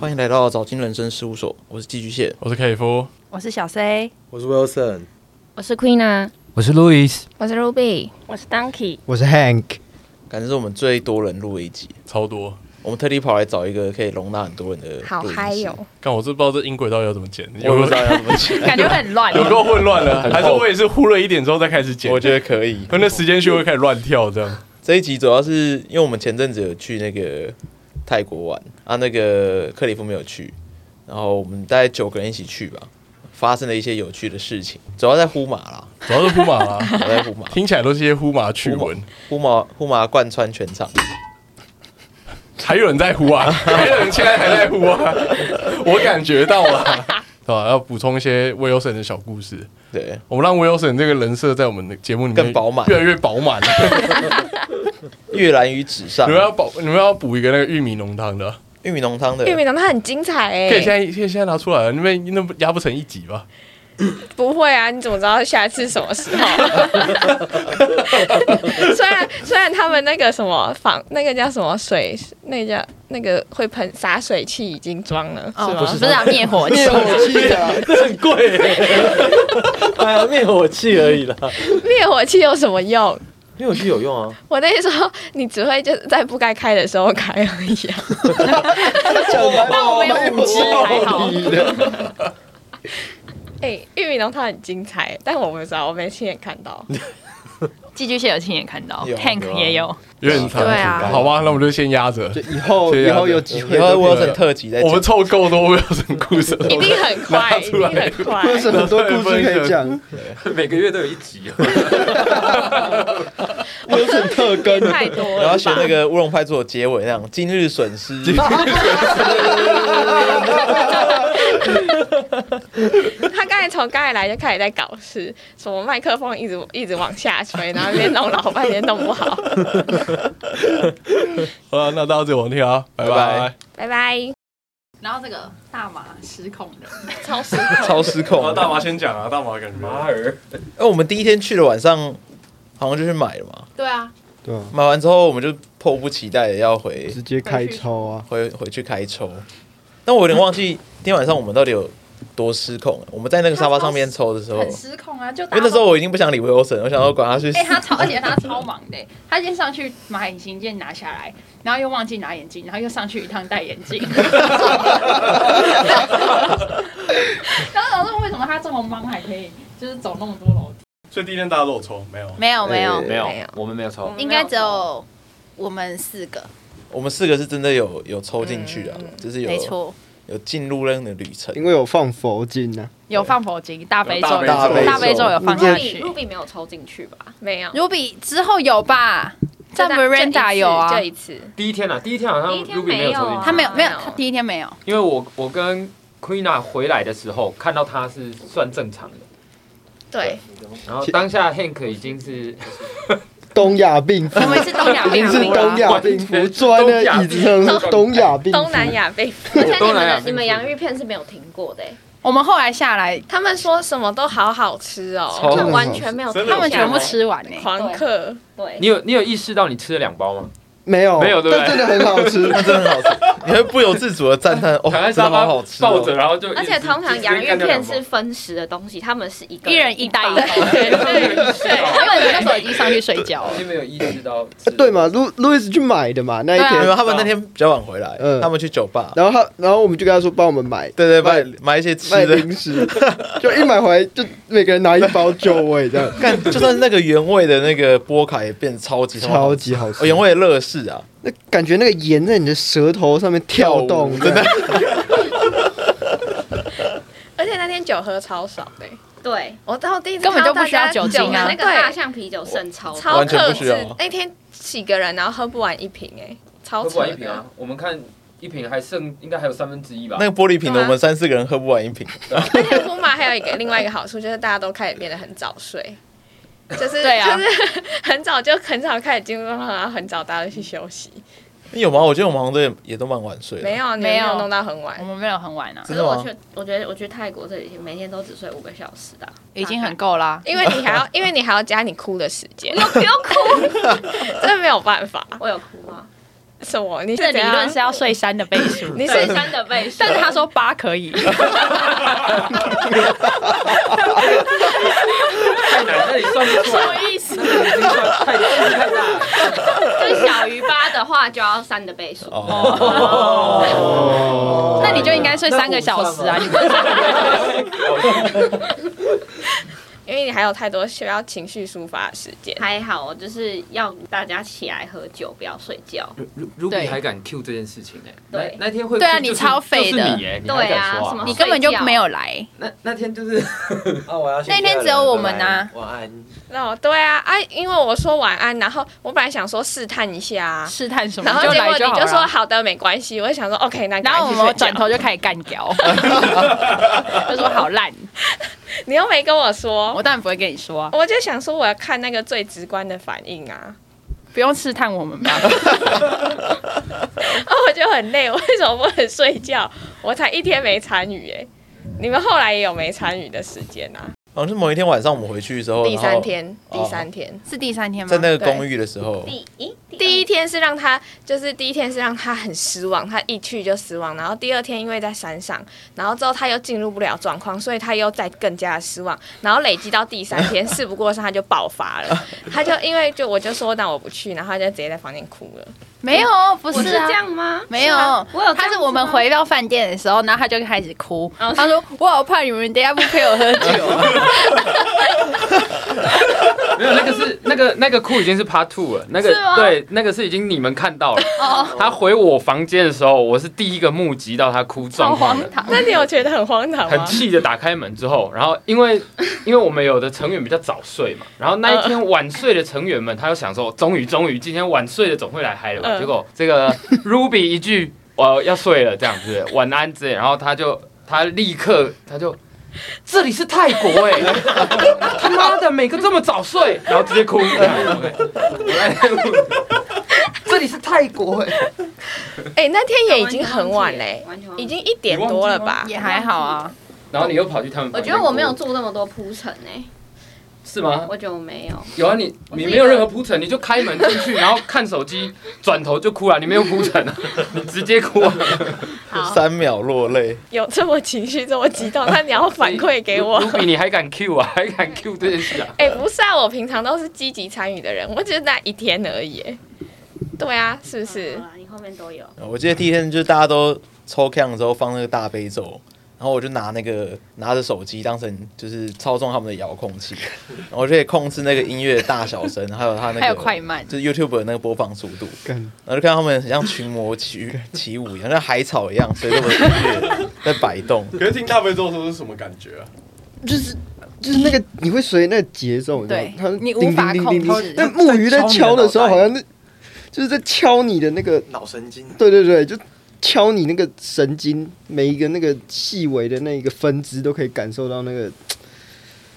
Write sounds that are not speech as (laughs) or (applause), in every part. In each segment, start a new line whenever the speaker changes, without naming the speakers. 欢迎来到早金人生事务所，我是寄居蟹。
我是凯夫，
我是小 C，
我是 Wilson，
我是 Queen 啊，
我是 Louis，
我是 Ruby，我是 Donkey，
我是 Hank，
感觉是我们最多人录的一集，
超多。
我们特地跑来找一个可以容纳很多人的
好
录音室
嗨哟、，
但我是不知道这音轨到底要怎么剪，
我
有
也不知道要怎么剪，
感觉很乱。
有够混
(laughs)
乱了，
很
还是我也是呼了一点之后再开始剪
(laughs)
我，觉得可以。
可能时间序会开始乱跳这样。
这一集主要是因为我们前阵子有去那个泰国玩啊，那个克里夫没有去，然后我们大概九个人一起去吧，发生了一些有趣的事情，主要在呼马啦，
主要是呼
(laughs)
马啦，，
主要在呼马
听起来都是一些呼马趣闻，
呼马呼马贯穿全场，
还有人在
(laughs)
呼啊，还有人现在还在呼啊，我感觉到了。对吧？要补充一些 Wilson 的小故事，
对，
我们让 Wilson 这个人设在我们的节目里面
更饱满
越来越饱
(laughs)
满。
阅览于纸上
你们，要饱，你们要补一个那个玉米浓汤的啊，
玉米浓汤的
玉米浓汤很精彩哎、
可以现在可以现在拿出来了，因为那不压不成一集吧？
不会啊，你怎么知道下一次什么时候？ (laughs) 虽然虽然他们那个什么防那个叫什么水，那个叫那个会喷洒水器已经装了，是
不
吗？
是不是啊，灭火器，
气啊，这很贵耶，哎呀，灭火器而已啦，
灭火器有什么用？
灭火器有用啊，
(laughs) 我那时候你只会就是在不该开的时候开而已啊。 (laughs)
但我们有五 G 还好。
哎、玉米浓汤很精彩，但我不知道，我没亲眼看
(laughs)
到。
寄居蟹有亲眼看到
有
，Tank
有啊
也有，
有点长，
对啊
好吧，那我们就先压着。
以后
谢谢
以
啊
后有机会
以后
都可以
Wilson 特辑再
我们
讲，
凑够多 Wilson 故事，
一定很快，一
出
定
来
(laughs)
很快。
有很多故事可以 (laughs) 讲，
(laughs) 每个月都有一集哦。
有很特
也
跟。
太多
然
了
后学那
吧？
个乌龙派出所结尾那样，今日损失，
(laughs)
(laughs) 他刚才从刚才来就开始在搞事，什么麦克风一直一直往下吹，然后一边弄老半天弄不 (laughs) 好。
好了，那到这我们听啊，拜
拜
拜
拜。
拜拜，
然后这个大马失控人，
超时
超失控的。
麻先讲啊，大麻感
马尔，
哎，我们第一天去的晚上，好像就去买了嘛，
对啊，
对啊，
买完之后我们就迫不及待的要回
直接开抽啊！
回回去开抽，但我有点忘记今天晚上我们到底有多失控啊了。我们在那个沙发上面抽的时候，
很
因
失控啊，就
为那时候我已经不想理 Wilson，我想要管他去死
哎、。他
(laughs)
超，而且他超忙的、他先上去把隐形镜拿下来，然后又忘记拿眼镜，然后又上去一趟戴眼镜。然后想说，为什么他这么忙还可以就是走那么多楼梯？
所以第一天大家都有抽没有？
没有没有，
没有
没有，
我们没有抽。
应该只有我们四个，
我们四个是真的有有抽进去
嗯
啊，就是
没
有
错，
有进入那个旅程
因。为有放佛经啊，
有放佛经，大悲咒
有，大
悲咒
大悲咒有放下去
Ruby，Ruby 没有抽进去吧？
没有，
Ruby 之后有吧？在
就这样
Miranda 有啊
就，一次，
第一天啊，第一天好像
第一天
Ruby 没有抽
没有
进
啊
去，
他没有没有
没有，
他第一天没有，
因为我我跟 Queena 回来的时候看到他是算正常的，
对，
然后当下 Hank 已经是
东亚病夫
我，们是东亚
啊
啊
一
病
定是
夫
东
啦。
亚病夫，坐在那个椅子上说东亚病夫
东。南亚被
而且你
东南
们
亚
的你们洋芋片是没有停过的、欸
我们后来下来，
(laughs) 他们说什么都好好吃 (laughs) 哦，
超
就完全没有停
真
下来。
的
他们全部吃完呢。
狂客
对
你，有你有意识到你吃了两包吗？
没有
没有对不对
但真的很好吃，，
那真的很好吃，你会不由自主的赞叹哦，
躺在
真
沙
的
发
好好吃、
抱着，
哦。
然后就一直
而且通常洋芋片是
一直
分食的东西，他们是一个
一人一袋一
包
包。
干 (laughs) 掉两包
他们那时候已经上去睡觉了
你，没有意识到
对？嘛？路路易斯去买的嘛那一
没
啊
天
有，，他们那天比较晚回来，
嗯
他们去酒吧，
然后他，然后我们就跟他说帮我们买，
对对，买
卖
买一些吃
卖
的，
零食，就一买回来就每个人拿一包酒味这样，
干，就算是那个原味的那个波卡也变得超级他妈
超
好
级好吃
哦，。原味的乐事啊，
那感觉那个盐在你的舌头上面跳动，真的。
而且那天酒喝超少的、
对，
我到第一次
根本就
看到
不需要
大家
酒
我
精
们
啊
那
对
个大象啤酒剩超
哦
多
超
完全
克
不需要
制，那天几个人然后喝不完一瓶哎、超
喝不
扯
完一瓶
的
啊，，我们看一瓶还剩应该还有三分之一吧
那。个玻璃瓶的，
对啊
我们三四个人喝不完一瓶，
而且呼麻还有一个另外一个好处，就是大家都开始变得很早睡，就是
对啊
就是 (laughs) 很早就很早开始进入状况，然后很早大家就去休息。
哎有吗？我觉得我们好像都也也都蛮晚睡的，
啊
没，有，你
没
们啊没
有
有弄到很
我
晚，
们没有很晚啊，
可
真
是
的
我
吗？
去，我觉得我去泰国这几天每天都只睡五个小时的啊，
已经很够啦。
因为你
(laughs)
还要因为你还要加你哭的时间， (laughs)
不要哭，
真的没有办法。
(laughs)
我有哭吗？啊
什么？你
这
是
理
怎样
论是要睡三的倍数，
你是三的倍数，
但是他说八可以，
太难，那你算不出
什
来，
么意思？
已经算太太大了。
就是小于八的话就要三的倍数。
哦，
哦
那你就应该睡三个小时啊！你不是
因为你还有太多需要情绪抒发的时间。
还好，我就是要大家起来喝酒，不要睡觉。
如
对
比还敢 Q 这件事情哎，
对
那那天会
对啊
cue
你
就是
超废
就是
的
你哎，你还
对
敢
啊，
说
什么
你根本就没有来，
那那天 (laughs) 就是啊，我要去
那天只有我们啊
拜拜晚安。
哦，对啊，啊，因为我说晚安，然后我本来想说试探一下、啊，
试探什么？
然后结
来
果你
好
就说
了。
好的，没关系。我就想说 OK，那
然后我
赶紧
们
睡觉
转，头就开始干 (laughs) 掉，就说好烂，
(laughs) 你又没跟我说，
我当然不会跟你说啊，
我就想说我要看那个最直观的反应啊。 (laughs)
不用试探我们 (laughs) 吧。
啊，我就很累，我为什么不能睡觉？我才一天没参与哎、你们后来也有没参与的时间啊？
(laughs) 好像是某一天晚上我们回去的时候，
第
哦然
三
后
天，第三天，
是第三天吗？
在那个公寓的时候，
第一
第一
一
天是让他，就是第一天是让他很失望，他一去就失望。然后第二天因为在山上，然后之后他又进入不了状况，所以他又再更加的失望。然后累积到第三天事不过三，他就爆发
(laughs)
了。他就因为就我就说那我不去，然后他就直接在房间哭了。
没有，不
我是
是啊
这。样吗？
没有
是
啊
吗，我有这样子吗
他是我们回到饭店的时候，然后他就开始哭，他说：“我好怕你们等一下不陪我喝酒。啊
没有，那个是那个那个哭已经是 Part Two 了，那个对，那个是已经你们看到了。
哦
他回我房间的时候，我是第一个目击到他哭”状
好
况
荒
的。
唐，
那你有觉得很荒唐
很
吗？
气的打开门之后，然后因为因为我们有的成员比较早睡嘛，然后那一天晚睡的成员们，他就想说，终于终于今天晚睡的总会来嗨了吧？
嗯
结果这个 Ruby 一句我要睡了这样子，晚安之类，然后他就他立刻他就。这里是泰国哎、 (laughs) 他妈的，每个这么早睡，然后直接哭。这样 (laughs) 这里是泰国哎、
哎、那天也已经很晚嘞、
完全忘记
已经一点多了吧？
也还好 (laughs) 啊。
然后你又跑去他们
我
房间
觉
哭，
得我没有做那么多铺陈诶，
是吗？
我觉得我没有。
有啊，你
我
你
是
没
一
有
个
任何铺陈，你就开门进去，然后看手机，转头就哭了，你没有铺
(laughs)
陈啊，你直接哭啊。
好，
三秒落泪，
有这么情绪这么激动，那你要反馈给我。
比你还敢 Q 啊，还敢 Q 这件事啊？
哎、不是啊，我平常都是积极参与的人，我只是那一天而已欸。对啊，是不是
好？啦你后面都有。
呃我记得第一天就是大家都抽 K 的时候放那个大悲咒，然后我就拿那个拿着手机当成就是操纵他们的遥控器，然后我就可以控制那个音乐的大小声，还有他那个
还有快慢
就是 YouTube 的那个播放速度，
干
然后就看到他们很像群魔起 (laughs) 起舞一样，像海草一样随着我的音乐在摆动。
可是听大悲咒的时候是什么感觉啊？
就是就是那个你会随那个节奏，
对
它
你无法控制
那木鱼在敲的时候，好像那就是在敲你的那个，
脑神经。
对对对，就敲你那个神经，每一个那个细微的那一个分支都可以感受到那个。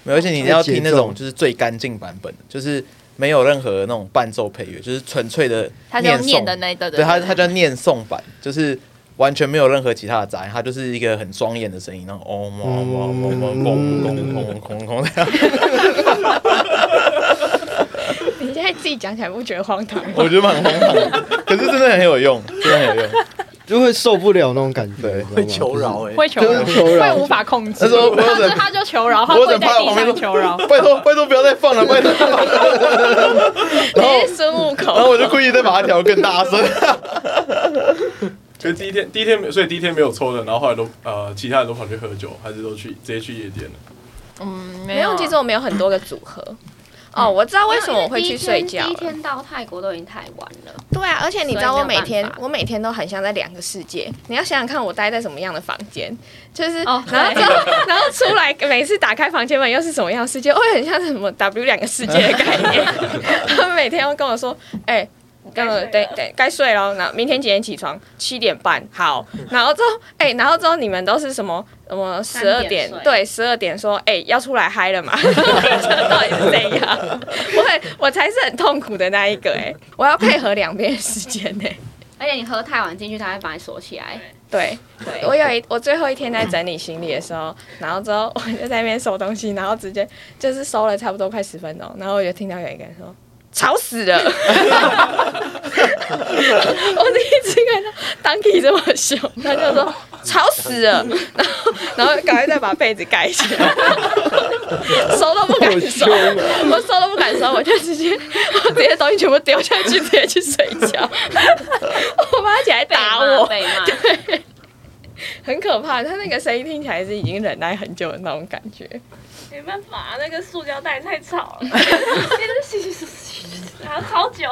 没有而且你一定要听那
这个节
种
奏
就是最干净版本，就是没有任何那种伴奏配乐，就是纯粹的
他就
诵
念的那对
对他，他叫念诵版，就是完全没有任何其他的杂音，它就是一个很庄严的声音，然后哦，嗡嗡嗡嗡嗡嗡嗡嗡嗡嗡这样。
你现在自己讲起来不觉得荒唐吗？
我觉得蛮荒唐的，可是真的很有用，真的很有用。
就会受不了那种感
对
觉，
会求饶哎、
会求
就
饶，
是求
会
饶
无，法控制。
那时候我
他
有
说
忍，
他就求饶，他
我
跪
忍
在
趴在
地
旁边
上
说
求 (laughs) 饶。
拜托拜托不要再放了，拜托。
你是哎孙悟
然后
空，
我就故意再把它调更大声。
可是第一天，第一天没，所以第一天没有抽的，然后后来都呃，其他人都跑去喝酒，还是都去直接去夜店了。
嗯，
没有，其实我们有很多个组合。哦，我知道为什么我会去
因
睡觉
为第一天
了。
第一天到泰国都已经太晚了，
对啊，而且你知道我每
所以没有
天
办法
我每天都很像在两个世界。你要想想看，我待在什么样的房间，就是、
哦
然后之 (laughs) 后然后出来，每次打开房间门又是什么样的世界，会很像是什么 W 两个世界的概念。
(laughs)
他们每天都跟我说，哎、呃，等等，该睡了。然后明天几点起床？七点半。好，然后之后，哎、然后之后你们都是什么什么十二
三
点
点睡？
对，十二点说，哎、要出来嗨了嘛？ (laughs) 这到底是怎样？我很我才是很痛苦的那一个哎、我要配合两边的时间哎、
而且你喝太晚进去，他会把你锁起来。
对，我有一我最后一天在整理行李的时候，然后之后我就在那边收东西，然后直接就是收了差不多快十分钟，然后我就听到有一个人说：“吵死了！ (laughs) 我第一次看到 Donkey 这么凶，他就说吵死了， (laughs) 然后然后赶快再把被子盖起来， (laughs) 收都不敢收，我收都不敢收，我就直接我直接东西全部丢下去，直接去睡觉。 (laughs) 我妈起来打我，
被骂，
很可怕。他那个声音听起来是已经忍耐很久的那种感觉。
没办法，那个塑胶袋太吵了，一直洗洗洗洗洗，然后超久，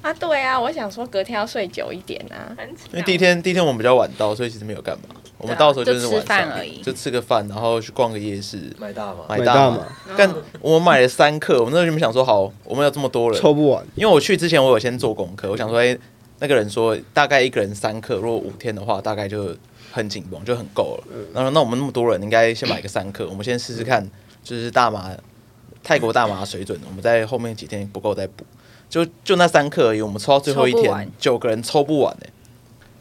啊，对啊，我想说隔天要睡久一点啊。
很吵。
因为第一天第一天我们比较晚到，所以其实没有干嘛。我们到的时候就是晚
啊就吃饭
上
而已
就吃个饭，然后去逛个夜市，
买大嘛，
买
买
大
大
嘛
嘛。
但我们买了三克，我们那时候想说，好，我们有这么多人，
抽不完，
因为我去之前我有先做功课，我想说，哎、那个人说大概一个人三克，如果五天的话，大概就很紧绷，就很够了。然后那我们那么多人，应该先买个三克，我们先试试看，就是大麻泰国大麻的水准，我们在后面几天不够再补。就就那三克而已，我们抽到最后一
抽不完
天，九个人抽不完哎、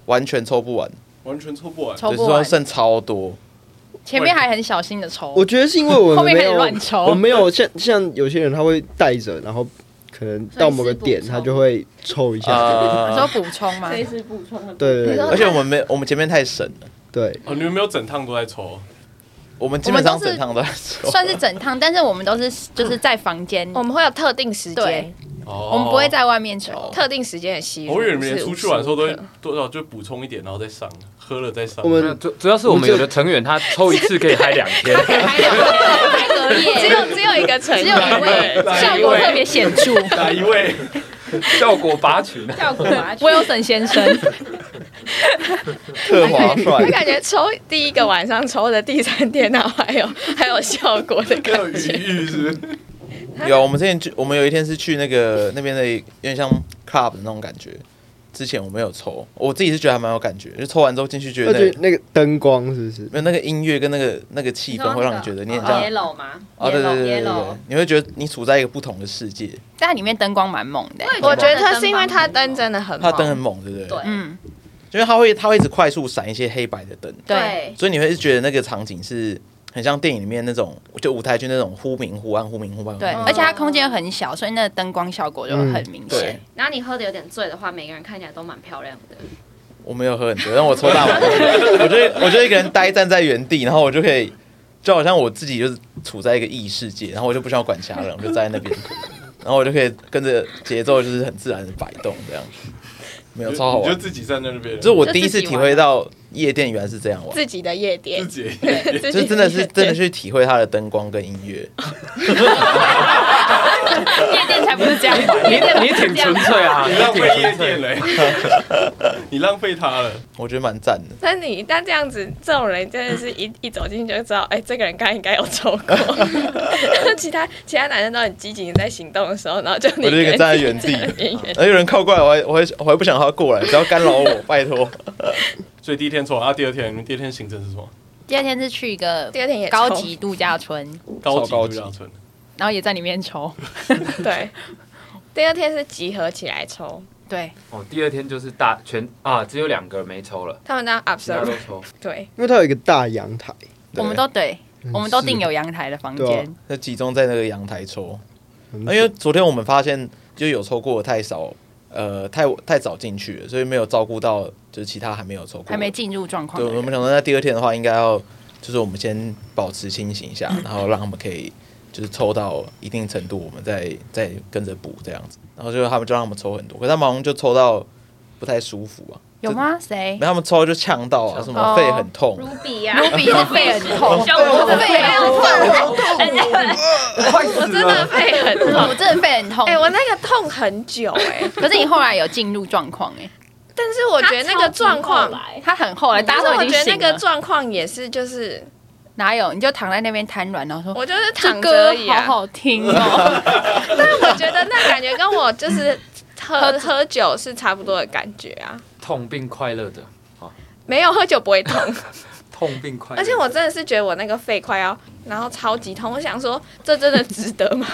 完全抽不完，
完全抽不完。
抽
只是
不
说
完，
剩超多。
前面还很小心的抽
我，觉得是因为我
后
们
面
没
开始
有，
乱抽
我没有像像有些人他会带着，然后可能到某个
(laughs)
点他就会抽一下，
呃
你说
啊！
补充吗？
随时补充的。
对对
而
对
且我们没，我们前面太省了，
对，
哦，你们没有整趟都在抽，
我们基本上
我们都
整
是
趟都在抽。
(laughs) 算是整趟，但是我们都是就是在房间，
我们会有特定时间
对，
哦
我们不会。在外面抽。
特定时间的吸入。
我以为你们
是
出去玩的时候都
无时
会
无刻
多少就补充一点，然后再上，喝了再上。
我们
主主要是我们有的成员他抽一次可以嗨两
(laughs)
天，
还两天，还隔
只
夜，
有只有一个成
只
员，
有一位效果特别 (laughs) 显著
哪一位？
效果拔群啊！
效果啊，
，Wilson 先生，
(laughs) 特划算
我，感觉抽第一个晚上抽的第三天，然后还有还有效果的
没有
感
余
觉。
裕是不是？
有啊，我们之前去，我们有一天是去那个 (laughs) 那边的，有点像 club 的那种感觉。之前我没有抽，我自己是觉得还蛮有感觉，就抽完之后进去觉
而
得那
且
个
那个灯光是不是？
没有那个音乐跟那个那个气氛会 (laughs) 让你觉得你很像
哦 yellow 吗？
啊，对对对对对
yellow，
对，你会觉得你处在一个不同的世界。
但它里面灯光蛮猛的，
我觉得是因为他灯真的很
它灯很
猛
猛，对不对？
对
嗯，
因为它会它会一直快速闪一些黑白的灯，
对，
对，
所以你会觉得那个场景是很像电影里面那种就舞台剧那种忽明忽暗、忽明忽暗。忽
对，
明忽暗
而且它空间很小，所以那个灯光效果就很明
对
显。，
然后你喝的有点醉的话，每个人看起来都蛮漂亮的。
我没有喝很多，但我抽大麻，我就 (laughs) 我就一个人呆站在原地，然后我就可以，就好像我自己就是处在一个异世界，然后我就不需要管其他人，我就站在那边，然后我就可以跟着节奏就是很自然的摆动这样， (laughs) 没有超好
你就
玩。
自己站在那边，
这是我第一次体会到夜店原来是这样玩，
自己的夜
自
店，
己。
(laughs)
就
就真的是真的去体会它的灯光跟音乐。
嗯
夜店才不是这样玩，
(laughs)
你你挺纯粹啊，
你
你
浪
挺
费夜
纯粹
店。嘞， (laughs) 你浪费它了。
我觉得蛮赞的，
那你但这样子，这种人真的是
(laughs)
一一走进去就知道，哎、这个人刚刚应该有抽过。其他其他男生都很积极地在行动的时候，然后就你
我就哦一个
人
站在
自己
原地哎
在
(laughs)
那边原地
而有人靠过来，我还我还我还不想他过来，不要干扰我，拜托。
所以第一天抽，然后第二天，你们第二天行程是什么？
第二天是去一个
第二天也抽
高级度假村，
高级
超高
度
级
假村，
然后也在里面抽。
(laughs)
对，第二天是集合起来抽，
对，
哦，第二天就是大全啊，只有两个没抽了，
他们当
其他都
observer，
抽。
对，
因为它有一个大阳台，
对
我们都对，我们都
是
订有阳台的房
对啊
间，
就集中在那个阳台抽。
很
那因为昨天我们发现，就有抽过的太少，呃，太太早进去了，所以没有照顾到就是其他还没有抽过的，
还没进入状况
对，
的
我们
人。
想说，那第二天的话，应该要就是我们先保持清醒一下，然后让他们可以就是抽到一定程度，我们再再跟着补这样子。然后就他们就让他们抽很多，可是他们好像就抽到不太舒服啊，
有吗？谁
(laughs) 然后他们抽就呛到啊，什么肺很痛，
Ruby 呀
啊
？Ruby 是肺
(laughs)
很痛，
(laughs) 我的
肺很痛，
我真的肺很痛。
我真的肺 (laughs) 很痛。
哎、我那个痛很久哎、
可是你后来有进入状况哎，
但是我觉得那个状况，
他很
啊
后来，大
但
家
是
都
我
已经
觉得那
醒
个
了。
状况也是，就是
哪有？你就躺在那边瘫软，然后说
我就是
这
躺着
歌
而已
好
啊。
好听哦。
但我觉得那感觉跟我就是喝喝酒是差不多的感觉啊，
痛并快乐着，
没有喝酒不会痛。
痛并快乐。
而
(laughs)
且我真的是觉得我那个肺快要，然后超级痛，我想说这真的值得吗？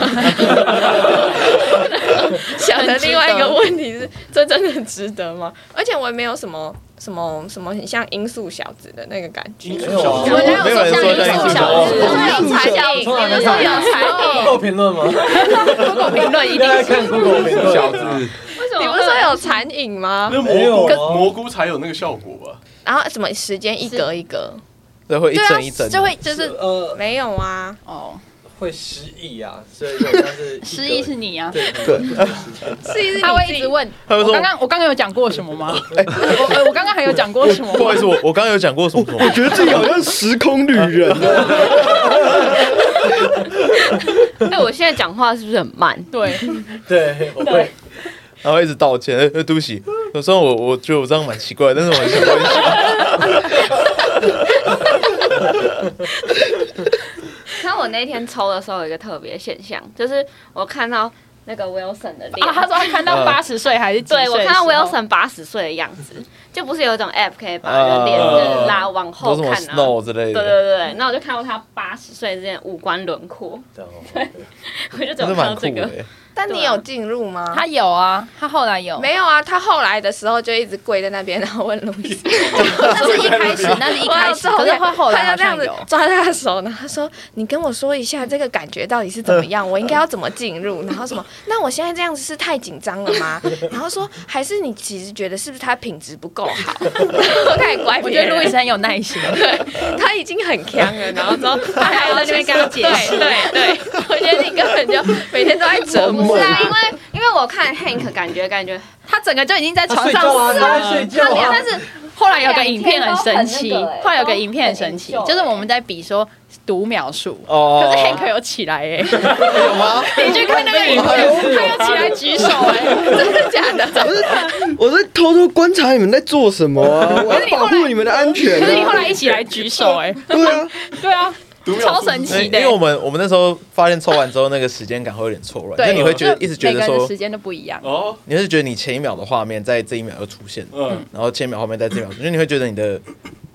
想的另外一个问题是，这真的值得吗？而且我也没有什么什么什么很像音速小子的那个感觉。
因
没有啊
我们哪
没有
有
人
说
说
像
像
艺
艺
术
术
小
小
子？
子
够
哦
我从来没看
有才艺，你们说有才艺，
评论吗？
Google 评论一定
大家
是。
看 Google 评论，
小子，
为什
你不是说
哦
有残影吗？
(laughs)
那
没有
蘑菇
啊
蘑菇才有那个效果吧？
然后什么时间一格一格？
对，会一
对啊
整一整，，
就会就是
呃
没有啊。
(laughs) 哦，
会失忆啊，所以有像是
失忆是你啊。
对
对，
是
他会一直问，
他会
我
说哎
刚刚我刚刚有讲过什么吗？我 (laughs) 呃我刚刚还有讲过什么
不好意
吗？
思，我我刚刚有讲过什么什么
我觉得自己好像时空旅人啊，
(laughs) 哎，我现在讲话是不是很慢？
对，
对，我会
然后一直道歉，呃，呃对不起。虽然我我觉得我这样蛮奇怪，但是我很想道歉。
看我那天抽的时候有一个特别现象，就是我看到那个 Wilson 的脸，
啊，他说他看
呃
到八十岁还是几岁的
对
时
我
候？
看到 Wilson 八十岁的样子，就不是有一种 app 可以把人脸就是拉往
说
后
什
看
么
啊？
snow 之类
对对
的，
对对，那我就看到他八十岁之前五官轮廓， (laughs)
懂。
我就只
哦 (laughs) 真的欸
有看
蛮
到
酷
这个
的。。
但你有进入吗？
他有啊，他后来有。
没有啊，他后来的时候就一直跪在那边，然后问路易斯。
那是一开始，那是
(laughs)
一开始，可是他后来
他
好
就这样
像
子
有。
抓他的手，然后他说：“你跟我说一下这个感觉到底是怎么
(laughs)
样，我应该要怎么进入？”然后什么？那我现在这样子是太紧张了吗？ (laughs) 然后说还是你其实觉得是不是他品质不够好？ (laughs) 我开始怪
我
别
觉得
人
路
(laughs)
易斯很有耐心，
他已经很强了，然后之后他还要在那边跟他解释，对对，对 (laughs) 我觉得你根本就每天都在
哦
折磨
不是
他
啊，因为因为我看 Hank 感觉感觉
他整个就已经在
他
床
睡
上
觉啊，
死
他在
了。
睡觉啊
但。是后来有个影片很神奇，
两天都很那个欸
后来有个影片很神奇
都，很
就是我们在比说读秒数。
哦
可是 Hank 有起来哎、
有吗？
你去看那个影片，他有起来举手哎、 (laughs) 真的假的？
(laughs) 不是， (laughs) 我在偷偷观察你们在做什么啊，我要保护你们的安全
可是你后
啊。
来一起来举手哎、
对啊，
对啊，
读秒
超
数
神
因为
奇
因
的、
为我们我们那时候发现抽完之后，那个时间感会有点错乱，
对
就你会觉得一直觉
每
得
个人的
说
时，间都不一样，
哦，
你会觉得你前一秒的画面在这一秒又出现，
嗯，
然后前一秒画面在这一秒出现，就你会觉得你的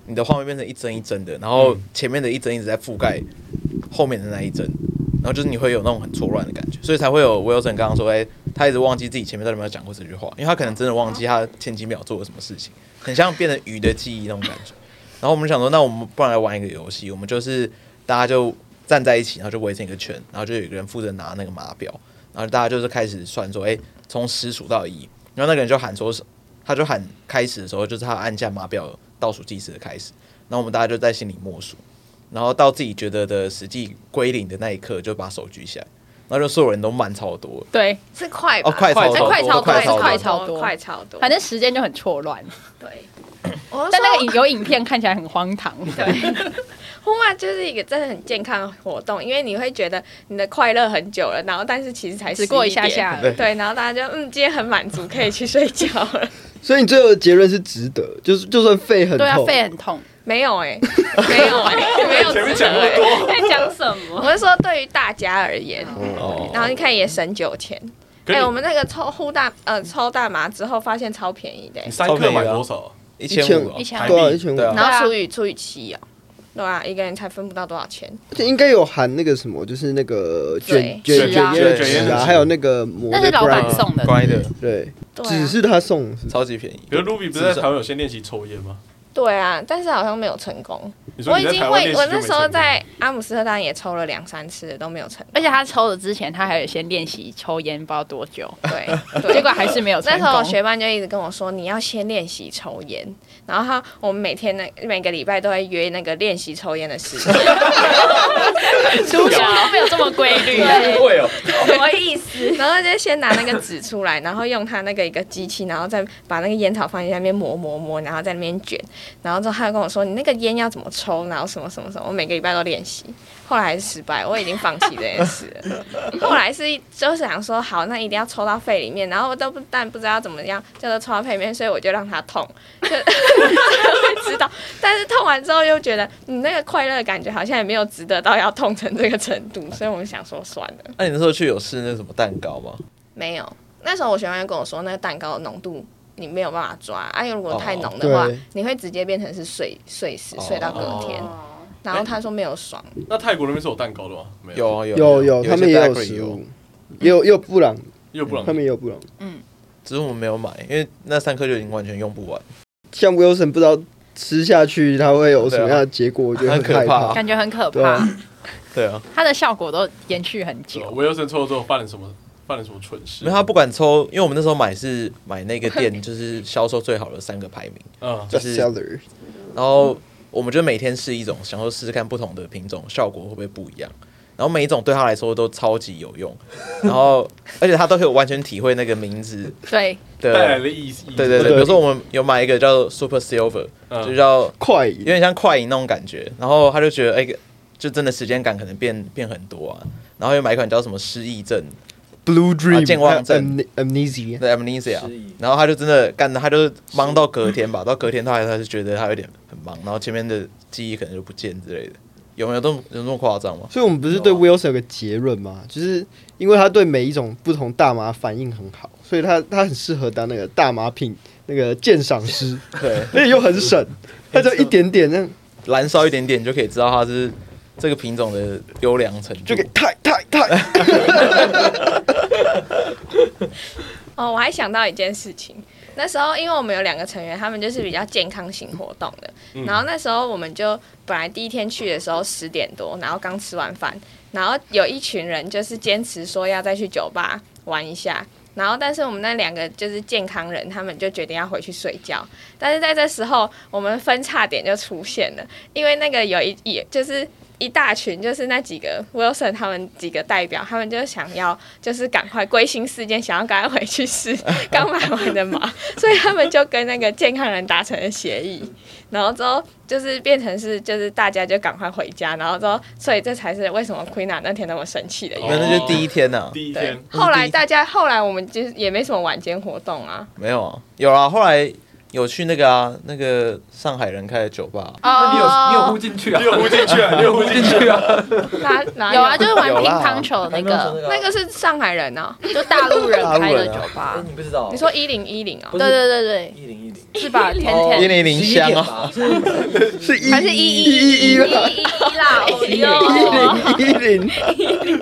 你的画面变成一帧一帧的，然后前面的一帧一直在覆盖后面的那一帧，然后就是你会有那种很错乱的感觉，所以才会有 Wilson 刚刚说，哎、他一直忘记自己前面到底有没有讲过这句话，因为他可能真的忘记他前几秒做了什么事情，很像变成鱼的记忆那种感觉。然后我们想说，那我们不然来玩一个游戏，我们就是大家就站在一起，然后就围成一个圈，然后就有一个人负责拿那个码表，然后大家就是开始算说，哎、从十数到一，然后那个人就喊说，他就喊开始的时候，就是他按下码表倒数计时的开始，然后我们大家就在心里默数，然后到自己觉得的实际归零的那一刻，就把手举起来，然后就所有人都慢超多了，
对，
是快吧
哦，快超
哎
多，
快超
都
多
快超
快
多，
超多
快超多。
反正时间就很错乱。
我就
但那个
说
影有影片看起来很荒唐，对，
户外啊就是一个真的很健康的活动，因为你会觉得你的快乐很久了，然后但是其实才
只过
11
一下
点
下而已。
对
对，然后大家就嗯，今天很满足，可以去睡觉 (laughs) 了。
所以你最后的结论是值得，就是就算肺很
对啊，
痛，
肺很痛，
没有 (laughs) 哎、没有哎、没有值
前面
得
讲那么
哎、
多，
啊在讲什么。
我是说，对于大家而言，
哦
然后你看也省酒钱。
嗯可
哎、
是
我们那个抽呼大呃抽大麻之后，发现超便宜的、欸
你三克买多少？啊哦
一
一
千
千
五，
一千
对啊，
台币
一千五
对，啊，
嗯然后除以除以七哦，对啊，一个人才分不到多少钱。
而且应该有含那个什么，就是那个卷
对
卷
纸啊
卷烟
卷
纸
烟
啊，
纸
还有那个膜
那
的
是老板
grind
送的，
乖的，
对，
对
只
啊，
是他送，
超级便宜。
可是 Ruby 不是在台湾有先练习抽烟吗？
对啊，但是好像没有成功。
你说
我
你
已
在
经
台湾
为
练习
我
就没
那时
成
候
功
在阿姆斯特丹也抽了两三次了都没有成
而且他抽了之前，他还有先练习抽烟，不知道多久，
(laughs)
功。对，
结
对。
果还是没有成
那时
功。
候我学伴就一直跟我说，你要先练习抽烟。然后他，我们每天那每个礼拜都会约那个练习抽烟的时间。
出
啊
家没有这么规律，
会哦，
什么意思？然后就先拿那个纸出来，然后用它那个一个机器，然后再把那个烟草放在那边磨磨磨，然后在那边卷。然后之后他就跟我说，你那个烟要怎么抽，然后什么什么什么，我每个礼拜都练习。后来还是失败，我已经放弃这件事了。后来是就是想说，好，那一定要抽到肺里面，然后我都不但不知道怎么样叫做抽到肺里面，所以我就让它痛，就 (laughs) 才会知道。但是痛完之后又觉得，你那个快乐的感觉好像也没有值得到要痛成这个程度，所以我们想说算了。
那哎你那时候去有试那什么蛋糕吗？
没有，那时候我学妹跟我说，那个蛋糕的浓度你没有办法抓，啊，因为如果太浓的
哦
话，
对
你会直接变成是碎碎石，
哦
碎到隔天。然后他说没有爽，
那泰国那边是有蛋糕的吗？没
有，啊有
有
有
有，
一些
他们也有
bakery
食物，也有也有布朗，
又不然
他们也有布朗。
只是我们没有买，因为那三颗就已经完全用不完。
像 Wilson 不知道吃下去它会有什么样的结果，我觉得
啊很可
害
怕
怕，
感觉很可
对
怕
啊。
对啊，
它的效果都延续很久。
我又生错之后犯了什么犯了什么蠢事？
因为他不管抽，因为我们那时候买是买那个店就是销售最好的三个排名，
嗯
就
Best
是
seller
然后我们就每天试一种，想说试试看不同的品种效果会不会不一样。然后每一种对他来说都超级有用，然后而且他都可以完全体会那个名字
对，
的
带来的意思，
呃对对对，
对
比如说我们有买一个叫 Super Silver，、
嗯
就叫
快
有
饮，
点像快银那种感觉。然后他就觉得，哎、就真的时间感可能变变很多啊。然后又买一款叫什么失忆症
Blue Dream
健忘症啊
还有 amne- amnesia，
的 amnesia，
失忆
然后他就真的干，他就忙到隔天吧，到隔天他还他就觉得他有点很忙，然后前面的记忆可能就不见之类的。有没有这么有这么夸张吗？
(laughs) 所以我们不是对 Wilson 有个结论吗？就是因为他对每一种不同大麻反应很好，所以他他很适合当那个大麻品那个鉴赏师，
(laughs) 对，
而且又很省，他就一点点那样
燃烧一点点就可以知道它是这个品种的优良程度
就给。太太太，
(laughs)
哦，我还想到一件事情，那时候因为我们有两个成员，他们就是比较健康型活动的，然后那时候我们就本来第一天去的时候十点多，然后刚吃完饭，然后有一群人就是坚持说要再去酒吧玩一下。然后，但是我们那两个就是健康人，他们就决定要回去睡觉。但是在这时候，我们分叉点就出现了，因为那个有一也就是一大群，就是那几个 Wilson 他们几个代表，他们就想要就是赶快归心似箭，想要赶快回去试刚买完的嘛， (laughs) 所以他们就跟那个健康人达成了协议，然后之后就是变成是就是大家就赶快回家，然后之后所以这才是为什么 Queena 那天那么生气的原因。
没有，那就是第一天啊呐、
第一
对
天，
后来大家后来我们就是也没什么晚间活动啊。
没有啊，有啊，后来有去那个啊，那个上海人开的酒吧，
那你有你有呼
哦，
进去啊？
你有呼进去啊，你有呼进
进
去，
去啊？
哪 (laughs) 哪
有啊，就是玩
有啦
乒乓球那
(laughs)
个，
那个是上海人哦、
就大陆人
大陆
开的
人啊
酒吧
哎，。你不知道？
你说一零一零哦
不，
对对对对，
一零一零
是吧？甜
哦一
甜
零零香啊，
啊，
是一
还是一一一一哦一一啦，哦哟！
一零一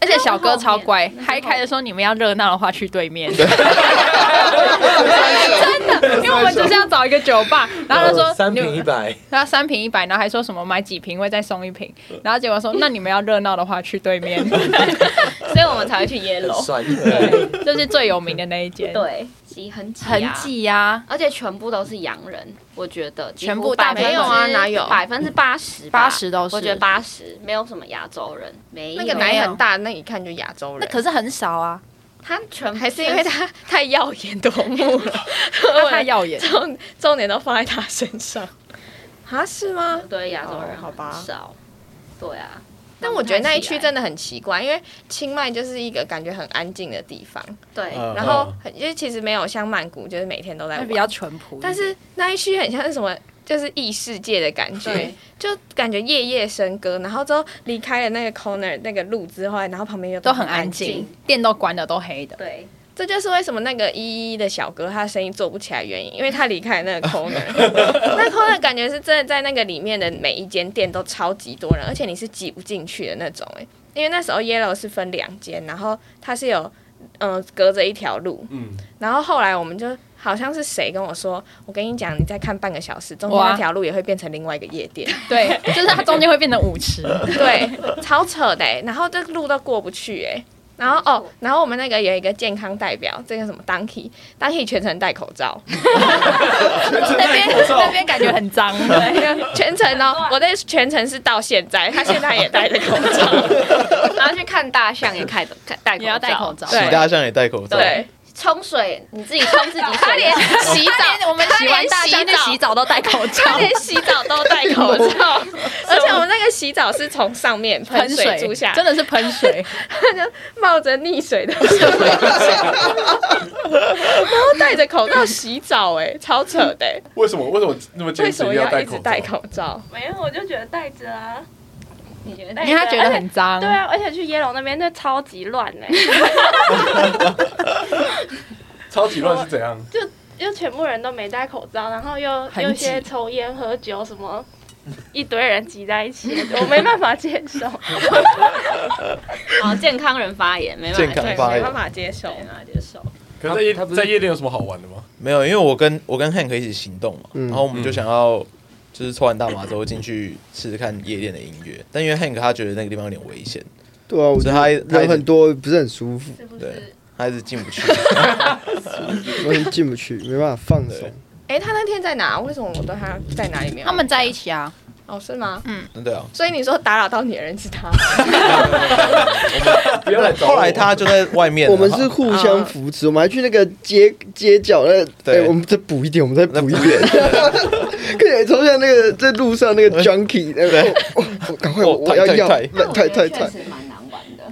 而且小哥超乖，嗨开的时候你们要热闹的话去对
(laughs)
面。真的，因为我们就是要找一个酒吧，然后他说
(laughs) 三瓶
你
一百，
他三瓶一百，然后还说什么买几瓶会再送
(laughs)
一瓶，然后结果说那你们要热闹的话去对面，
所以我们才会去 Yellow。
(laughs)
算
对，就是最有名的那一间，，
对，挤很挤、啊，
很，挤呀，
而且全部都是洋人，我觉得几乎
全部大
百分之
没有啊
哪有
百分之八十吧？
80%都是
我觉得八十没有什么亚洲人，没有
那个奶很大，那一看就亚洲人。
那可是很少啊，
他全
(laughs) 还是因为他太耀眼夺目了，
他太耀眼。
重重点都放在他身上。啊，是吗？
对亚洲人
哦好吧
很少，对啊。
但我觉得那一区真
的
的很奇怪，因为清迈就是一个感觉很安静的地方，
对，
呃
然后很因为其实没有像曼谷就是每天都在
那
玩
比较淳朴，
但是那一区很像是什么，就是异世界的感觉
对，
就感觉夜夜笙歌。然后之后离开了那个 corner 那个路之后，然后旁边又
都很安
安
静，店都关的都黑的，
对，
这就是为什么那个一一的小哥他的生意做不起来原因，因为他离开了那个
(laughs)
corner，那 corner 感觉是真的在那个里面的每一间店都超级多人，而且你是挤不进去的那种哎、因为那时候 yellow 是分两间，然后它是有嗯、呃隔着一条路，
嗯，
然后后来我们就好像是谁跟我说，我跟你讲，你再看半个小时，中间
哇
那条路也会变成另外一个夜店，
对，就是它中间会变成舞池，
(laughs) 对，超扯的、欸，然后这路都过不去哎、然后哦，然后我们那个有一个健康代表，这个什么 Donkey，Donkey 全程戴口罩， (laughs)
那边那边感觉很脏，
全程 (laughs) 哦，我的全程是到现在，他现在也戴着口 (laughs) 罩，
然后去看大象也戴戴戴口罩，
也要戴口罩，
其他像也戴口罩，
对，
冲水你自己冲自己水，
(laughs)
他连
洗澡，我们洗完大家去洗澡都戴口罩，
连洗澡都戴口 (laughs) 罩，而且我们那个洗澡是从上面喷水珠下来，
真的是喷水，
冒着溺水的水，然后戴着口罩洗澡、哎，超扯的、哎
为什么为什么那么
为
坚持
什么
定要
要
戴
一直
口罩
戴？口罩？
没有，我就觉得带着啊，
你觉得
(laughs)
戴
因为他觉得很脏
对，啊，而且去耶龙那边那超级乱欸呢、
超级乱是怎样？
就全部人都没戴口罩，然后又
很
又
挤
些抽烟喝酒什么，一堆人挤在一
(laughs)
起，我没办法接受。
好健康人发言没办法
健康
对
发
没
言
办法接受。
没办法接受。
可是在夜在夜店有什么好玩的吗？
没有，因为我跟我跟 Hank 一起行动嘛，
嗯
然后我们就想要就是抽完大麻之后进去试试看夜店的音乐，但因为 Hank 他觉得那个地方有点危险，
对啊，我
所
觉
以他
得
一他一
人
直
很多，不是很舒服，
对，他一直进不去。 (laughs)
我也进不去，没办法放松。
哎，他那天在哪？为什么我对他在哪里没有？
他们在一起啊。
哦，是吗？嗯。
对啊，
所以你说打扰到你的人是他，
不要来找我后来他就在外面了，
我们是互相扶持，我们还去那个街街角那，对，我们再补一点，我们再补一点， (laughs) 看起来超像那个在路上那个 junkie，那个哦哦赶快我要要，
太
太太太，
蛮难玩的，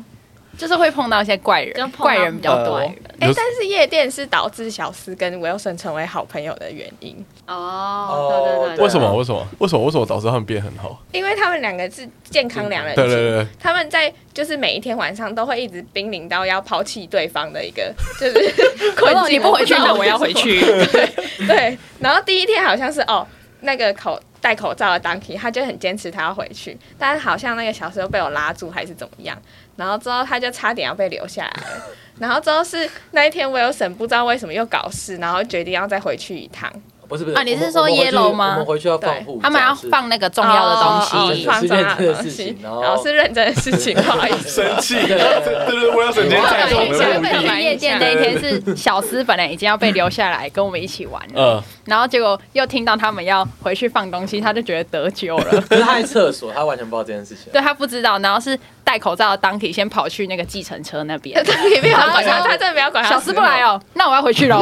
就是会碰到一些怪人，怪人比较多。
呃
哎，但是夜店是导致小斯跟 Wilson 成为好朋友的原因，
哦，
啊
对对对，
为什么？为什么？为什么？为什么导致他们变很好？
因为他们两个是健康两人
哎
对
组
对对，
他们在就是每一天晚上都会一直濒临到要抛弃对方的一个，就是
(laughs)
困境。
哦你不回去
知道
那我要回去
对对，然后第一天好像是哦，那个口戴口罩的 Donkey，他就很坚持他要回去，但是好像那个小时候被我拉住还是怎么样，然后之后他就差点要被留下来了。然后之后是那一天，Wilson 不知道为什么又搞事，然后决定要再回去一趟。
不是不是
啊，你是说 yellow 吗？
我们回去要放护，
他们要放那个
哦
重要的东西，
放
是
重
认
要
真
的
的
东
事
啊西
情，，
然
然
后
后
是认真的事 (laughs) 情，不好意思。
生气，
对
对对，我有整天在
我
做
想
的目
象
的。
夜店那一天是小思本来已经要被留下来跟我们一起玩了，
嗯，
然后结果又听到他们要回去放东西，他就觉得得咎了。
可是他在厕所，他完全不知道这件事情。
对他不知道，然后是戴口罩的当体先跑去那个计程车那边，
你不要管他，
然后
他真的不要管他。
小思不来哦，那我要回去 (laughs) 喽。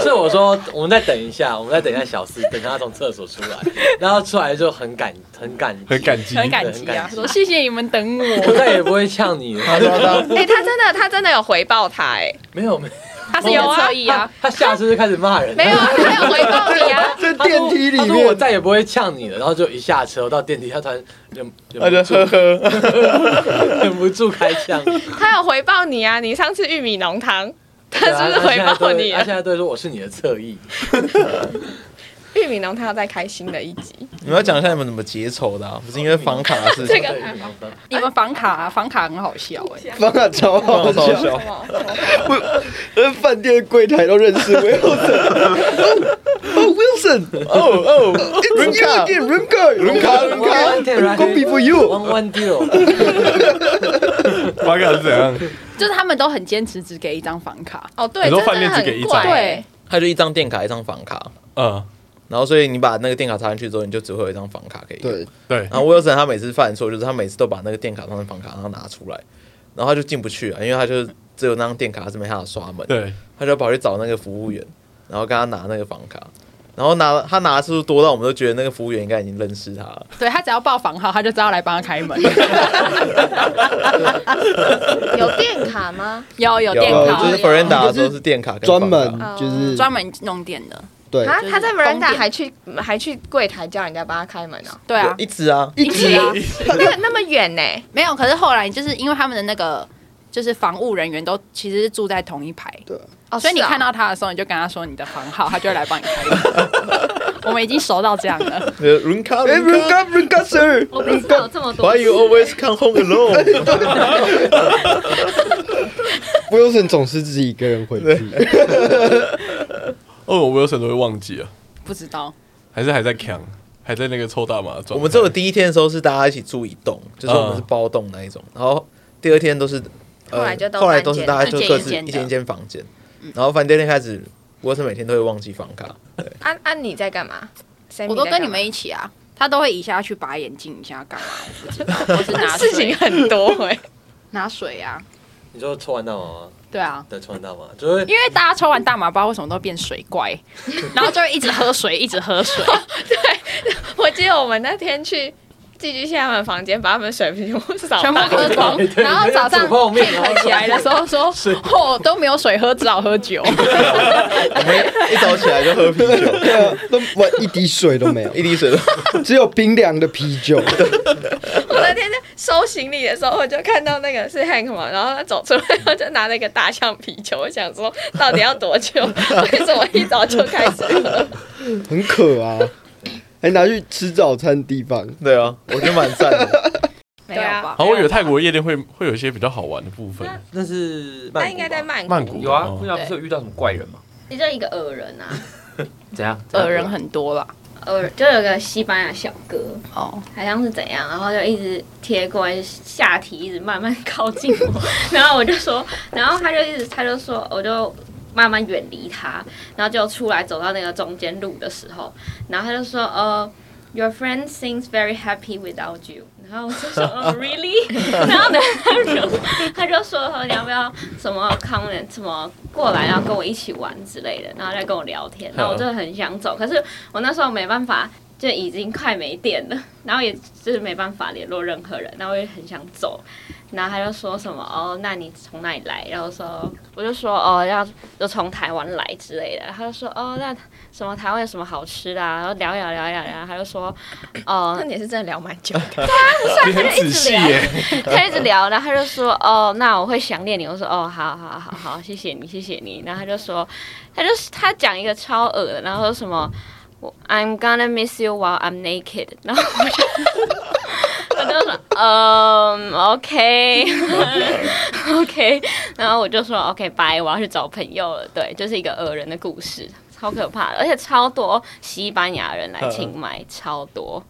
所以我说，我们再等一下，我们再等一下小四，等他从厕所出
(laughs)
来，然后出来就很感很感
很感激
对
很感激啊，说谢谢你们等
我
我。
再也不会呛你了。
哎、他真的，他真的有回报他、哎，
没有没有，
他是有
我
啊
有，意 (laughs) 啊，
他下车就开始骂人。
没有，啊，他有回报你 (laughs) 啊。
在
他说
电梯里
他说我
面，
再也不会呛你了。然后就一下车到电梯，他突然忍
他就
忍不住
呵呵，
忍不住开枪。
他有回报你啊！你上次玉米浓汤，他
对啊
是不是
他
回
现在都
报你
他
啊？
现在都会说我是你的侧翼。
玉米浓汤要再开新的一集，
你们要讲一下你们怎么结仇的、啊，不是因为房卡的事
这
情。
个
对好的
你们房卡啊房卡很好笑哎，
方法啊超好
超
笑，
笑，
我连饭店柜台都认识 (laughs) Wilson。哦，Wilson，
哦哦，
it's you again, room guy, room
guy, room
One
guy, go before you。
one one deal。
八嘎是怎样？
就是他们都很坚持只给一张房卡，
哦，对，
很多
真的
饭店只给
很
一张
怪。
对，
他就一张电卡，一张房卡，
嗯，
然后所以你把那个电卡插进去之后，你就只会有一张房卡可以用。
对，
对，
然后 Wilson 他每次犯错就是他每次都把那个电卡当成房卡，然后拿出来，然后他就进不去啊，因为他就只有那张电卡是没办法刷门，
对，
他就跑去找那个服务员，然后跟他拿那个房卡，然后拿他拿的次数多到我们都觉得那个服务员应该已经认识他了，
对他只要报房号，他就知道来帮他开门。
有电卡吗？
(laughs) 有有啊电
有啊
卡
就是，Ferenda
有
的时候是电卡跟
专
房卡，
门
Oh
就是
专门弄电的。
对，
(laughs) 啊
就，是
他在
供
Miranda
电
还去还去柜台叫人家帮他开门哦，
对啊
一，直
(laughs)
啊，
一直啊，
那个那么远呢、
没有。可是后来就是因为他们的那个就是防务人员都其实是住在同一排，
哦，
所以你
是哦
看到他的时候，你就跟他说你的房号，他就会来帮你 (laughs) 开门。我们已经熟到这样了，
呃 r u n k a
哎
r u n
，room
k a
guy, room guy, sir。
我不知道有这么多
Why you always come home alone？
Wilson 总是自己一个人回去，
哦，我有时候都会忘记啊，
不知道
还是还在扛，还在那个抽大麻的状态。
我们只有第一天的时候是大家一起住一栋，就是我们是包栋那一种，然后第二天都是，呃
后来就都
后来都是
搬间
大家就各自
一间一间
一间
的
一间房间，然后饭店店开始，我是每天都会忘记房卡，
安安你在干嘛？Sammy
我都
在干
跟
嘛
你们一起啊，他都会移下去拔眼镜，一下干嘛？我不知道，我是拿
事情
水
很多哎、
拿水啊，
你就抽完大麻吗？
对啊。
对，抽完大麻就会
因为大家抽完大麻包，为什么都变水怪，然后就会一直喝水，一直喝水。
(laughs) 我记得我们那天去寄居蟹他们房间，把他们水瓶扫
全部
荡
喝光，然后早上
煮泡面然后
Kate 起来的时候说：“嚯、都没有水喝，只好喝酒。
我们一早起来就喝啤酒，
(laughs) 对啊，都我一滴水都
(laughs)
没有，
一滴水都。
只有冰凉的啤酒。
我那天在收行李的时候，我就看到那个是 Hank 嘛，然后他走出来，他就拿了一个大象啤酒，我想说到底要多
(laughs)
久？为什么一早就开始喝？
很渴啊，还拿去吃早餐的地方。
(laughs) 对啊，我觉得蛮赞的。
没有吧？
好，我以为泰国夜店会会有一些比较好玩的部分。
那是
他应该在曼
曼谷
有啊，
哦
姑娘不是有遇到什么怪人吗？
你就一个恶人啊，
怎样？，
恶人很多啦，
呃，就有个西班牙小哥，
哦，
好像是怎样，然后就一直贴过来，下体一直慢慢靠近我， (laughs) 然后我就说，然后他就一直他就说，我就慢慢远离他，然后就出来走到那个中间路的时候，然后他就说，呃。Your friend seems very happy without you。然后我就说、哦、，Really？然 (laughs) 后呢，他就他就说哦你要不要什么 comment 什么过来，然后跟我一起玩之类的，然后再跟我聊天。然后我就很想走，可是我那时候没办法，就已经快没电了，然后也就是没办法联络任何人，然后我也很想走。然后他就说什么哦，那你从哪里来？然后说我就说哦，要就从台湾来之类的。他就说哦，那什么台湾有什么好吃的、啊？然后聊一聊聊一聊，然后他就说哦，
那你也是真的聊蛮久的，
你很仔细耶，
他一直聊，然后他就说：“哦，那我会想念你。”我说：“哦，好好好好，谢谢你，谢谢你。”然后他就说，他就他讲一个超恶的，然后说什么我：“I'm gonna miss you while I'm naked。”然后我就我就说：“嗯，OK，OK。”然后我就说：“OK，拜，我要去找朋友了。”对，就是一个恶人的故事，超可怕的，而且超多西班牙人来清迈，超多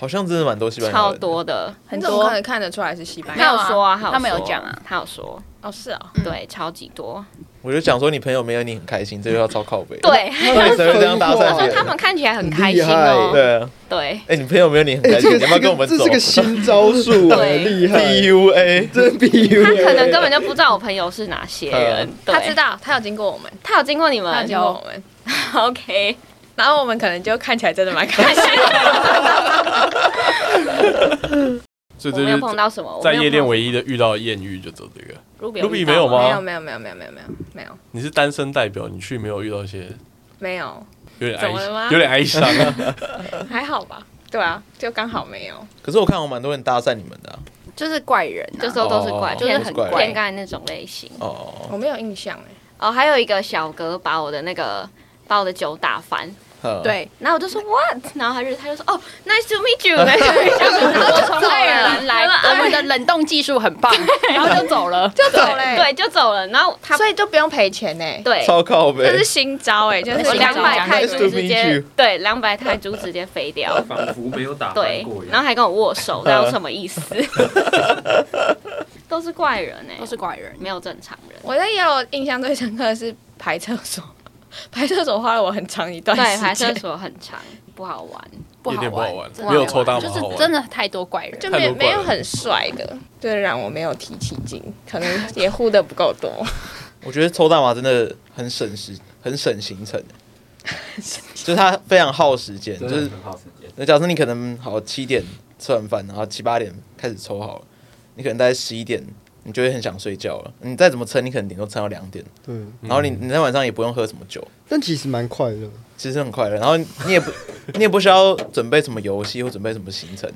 好像真的蛮多西班牙
超
人，
多的。
很
你怎么
多
可以看得出来是西班
他
牙？
有说啊，他
他没有
说
讲啊，
他有说，
哦，是哦，
对，超级多，
我就讲说你朋友没有你很开心，这就要超靠背。，
对，
到底谁会这样搭讪别
说
人
他们看起来很开心
很
哦，
对啊，
对，
哎，你朋友没有你很
哎，
开
这
心，
个
你要不要跟我们
这个这
走
是个新招数啊，
对
厉害，
？PUA，
这 PU
他可能根本就不知道我朋友是哪些人，对
他知，道，他有经过我们，
他有经过你
他
们
有经过我们，
，OK，
然后我们可能就看起来真的蛮开心的。
所以
我
这
没
就是
有碰到什么，我
在
没有
夜店
碰
唯一的遇到艳遇就走这个。
到 Ruby
Ruby
遇到
没有
哦
吗
没有没有没有没有没有没有没有
你是单身代表，你去没有遇到一些
没有，
有点
怎么了
哀
吗
有点哀伤啊？
还好吧？对啊，就刚好没有。
可是我看我蛮多人搭讪你们的啊。
就是怪人啊，
这时候都是怪，
哦
就是
都
很
是
怪
天干那种类型。
哦，
我没有印象哎，
哦，还有一个小哥把我的那个把我的酒打翻，
呵，
对，
然后我就说 what，然后他就他就说哦，nice to meet you，nice to meet you，然后我从爱尔兰来，呃
我们的冷冻技术很棒，然后就走了，
就走嘞，
对，就走了，然后他
所以就不用赔钱哎，
对，
超靠
这是
背。
新招哎，就是
我两百泰
Nice to
铢
meet
直接
you
对两百泰铢直接飞掉
仿佛没有打
对，然后还跟我握手，那有什么意思？ (laughs) 都是怪人哎、
都是怪人。
没有正常人。
我在也有印象最深刻的是排厕所， (laughs) 排厕所花了我很长一段
对，
时
排厕
间，
所很长，不好玩。
不
夜
好
店不好玩，
真的
没有抽大
就
麻
是
好玩
真。的太多怪人。
就
太
没
多怪
没有
了
很帅的，就让我没有提起劲，可能也护的不够多。
我觉得抽大麻真的很省时，很省行
(laughs)
程，就是它非常耗时间。就是
很好时间。
那假设你可能好七点吃完饭，然后七八点开始抽好了，你可能大概十一点，你就会很想睡觉了。你再怎么撑，你可能顶多撑到两点，
对，
然后你你在晚上也不用喝什么酒，
但其实蛮快乐的。
其实很快乐。然后你也不 (laughs) 你也不需要准备什么游戏或准备什么行程，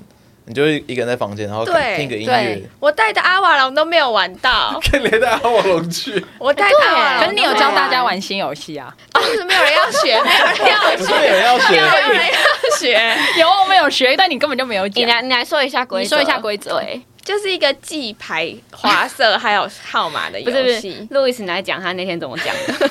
你就一个人在房间，然后
对
听个音乐
对。
我带的阿瓦隆都没有玩到，
看连带阿瓦隆去，
我带的阿瓦
可
隆
是
都
你
没有
有
玩
教大家，玩新游戏啊？
就是没有人要学，没有人要
不是有人要
(laughs)
学，
学，
有，我们有学，但你根本就没有
你
讲。
来，你来说一下规
你
则。欸
说一下规则
对，
(laughs) 就是一个记牌、花色还有号码的
不是不
游
是
戏。
路易斯，你来讲他那天怎么讲的。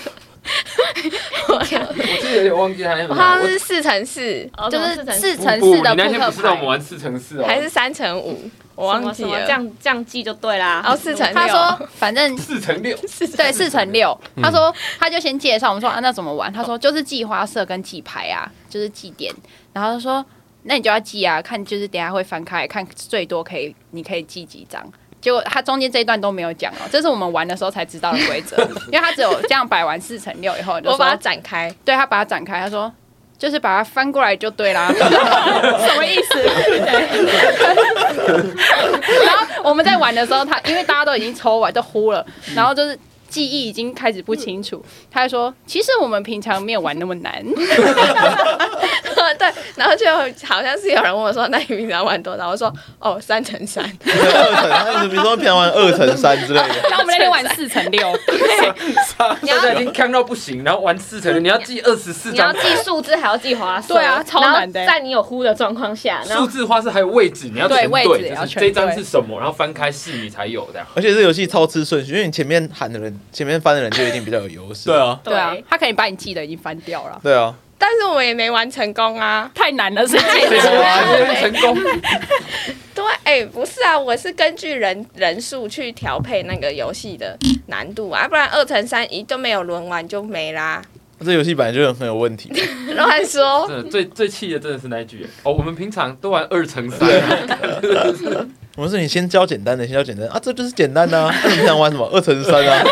我记得有点忘记他那什
我
么
好像
我
是四乘四，
(laughs) 哦
就
什
是
么
四
不
乘
不
四的
你那天不
扑
是
克
让我们
牌。
玩四乘四哦，
还是三乘五？我
什
忘
么
记
什么
了。
这样这样记就对啦。
哦，四乘六。
他 (laughs) 说，反正
四乘六？
对啊四嗯乘六，他说他就先介绍我们说啊，那怎么玩？他说就是记花色跟记牌啊，就是记点。然后他说那你就要记啊，看就是等一下会翻开看最多可以你可以记几张。结果他中间这一段都没有讲哦，这是我们玩的时候才知道的 (laughs) 规则，因为他只有这样摆完四乘六以后，就
我把它
说
展开， (laughs)
对他把它展开，他说就是把它翻过来就对 (laughs) 啦，什么意思？对然后我们在玩的时候，他因为大家都已经抽完都呼了，然后就是。记忆已经开始不清楚，他就说：“其实我们平常没有玩那么难，
对，然后就好像是有人问我说：“那你平常玩多少？”我说：“哦，三乘三。
二层， (laughs) 他比如说平常玩二层三之类的，
然后我们那天玩四乘六，
大家已经看到不行，然后玩四层，你要记二十四
你要
张
记数字还要记划算，
对啊超难的
然后在你有呼的欸状况下，然
数
后
字花式，还有位置，你要
对
全
位
对，
置
就
要
是
全
这一张
对
是什么，然后翻开是你才有这样。
而且这游戏超吃顺序，因为你前面喊的人、前面翻的人就一定比较有优势。
对，啊，
对啊，他可以把你记得已经翻掉了，
对啊，”
但是我也没玩成功啊。
太难了，是不是？
(laughs) 成功，
对，哎、不是啊，我是根据人人数去调配那个游戏的难度啊，不然二乘三一都没有轮完就没啦。
这游戏本来就很有问题。
乱说， (laughs)
真的最最气的真的是那一句哦，我们平常都玩二乘三，啊
我们说你先教简单的，先教简单啊，这就是简单的啊。那你平常玩什么？二乘三啊？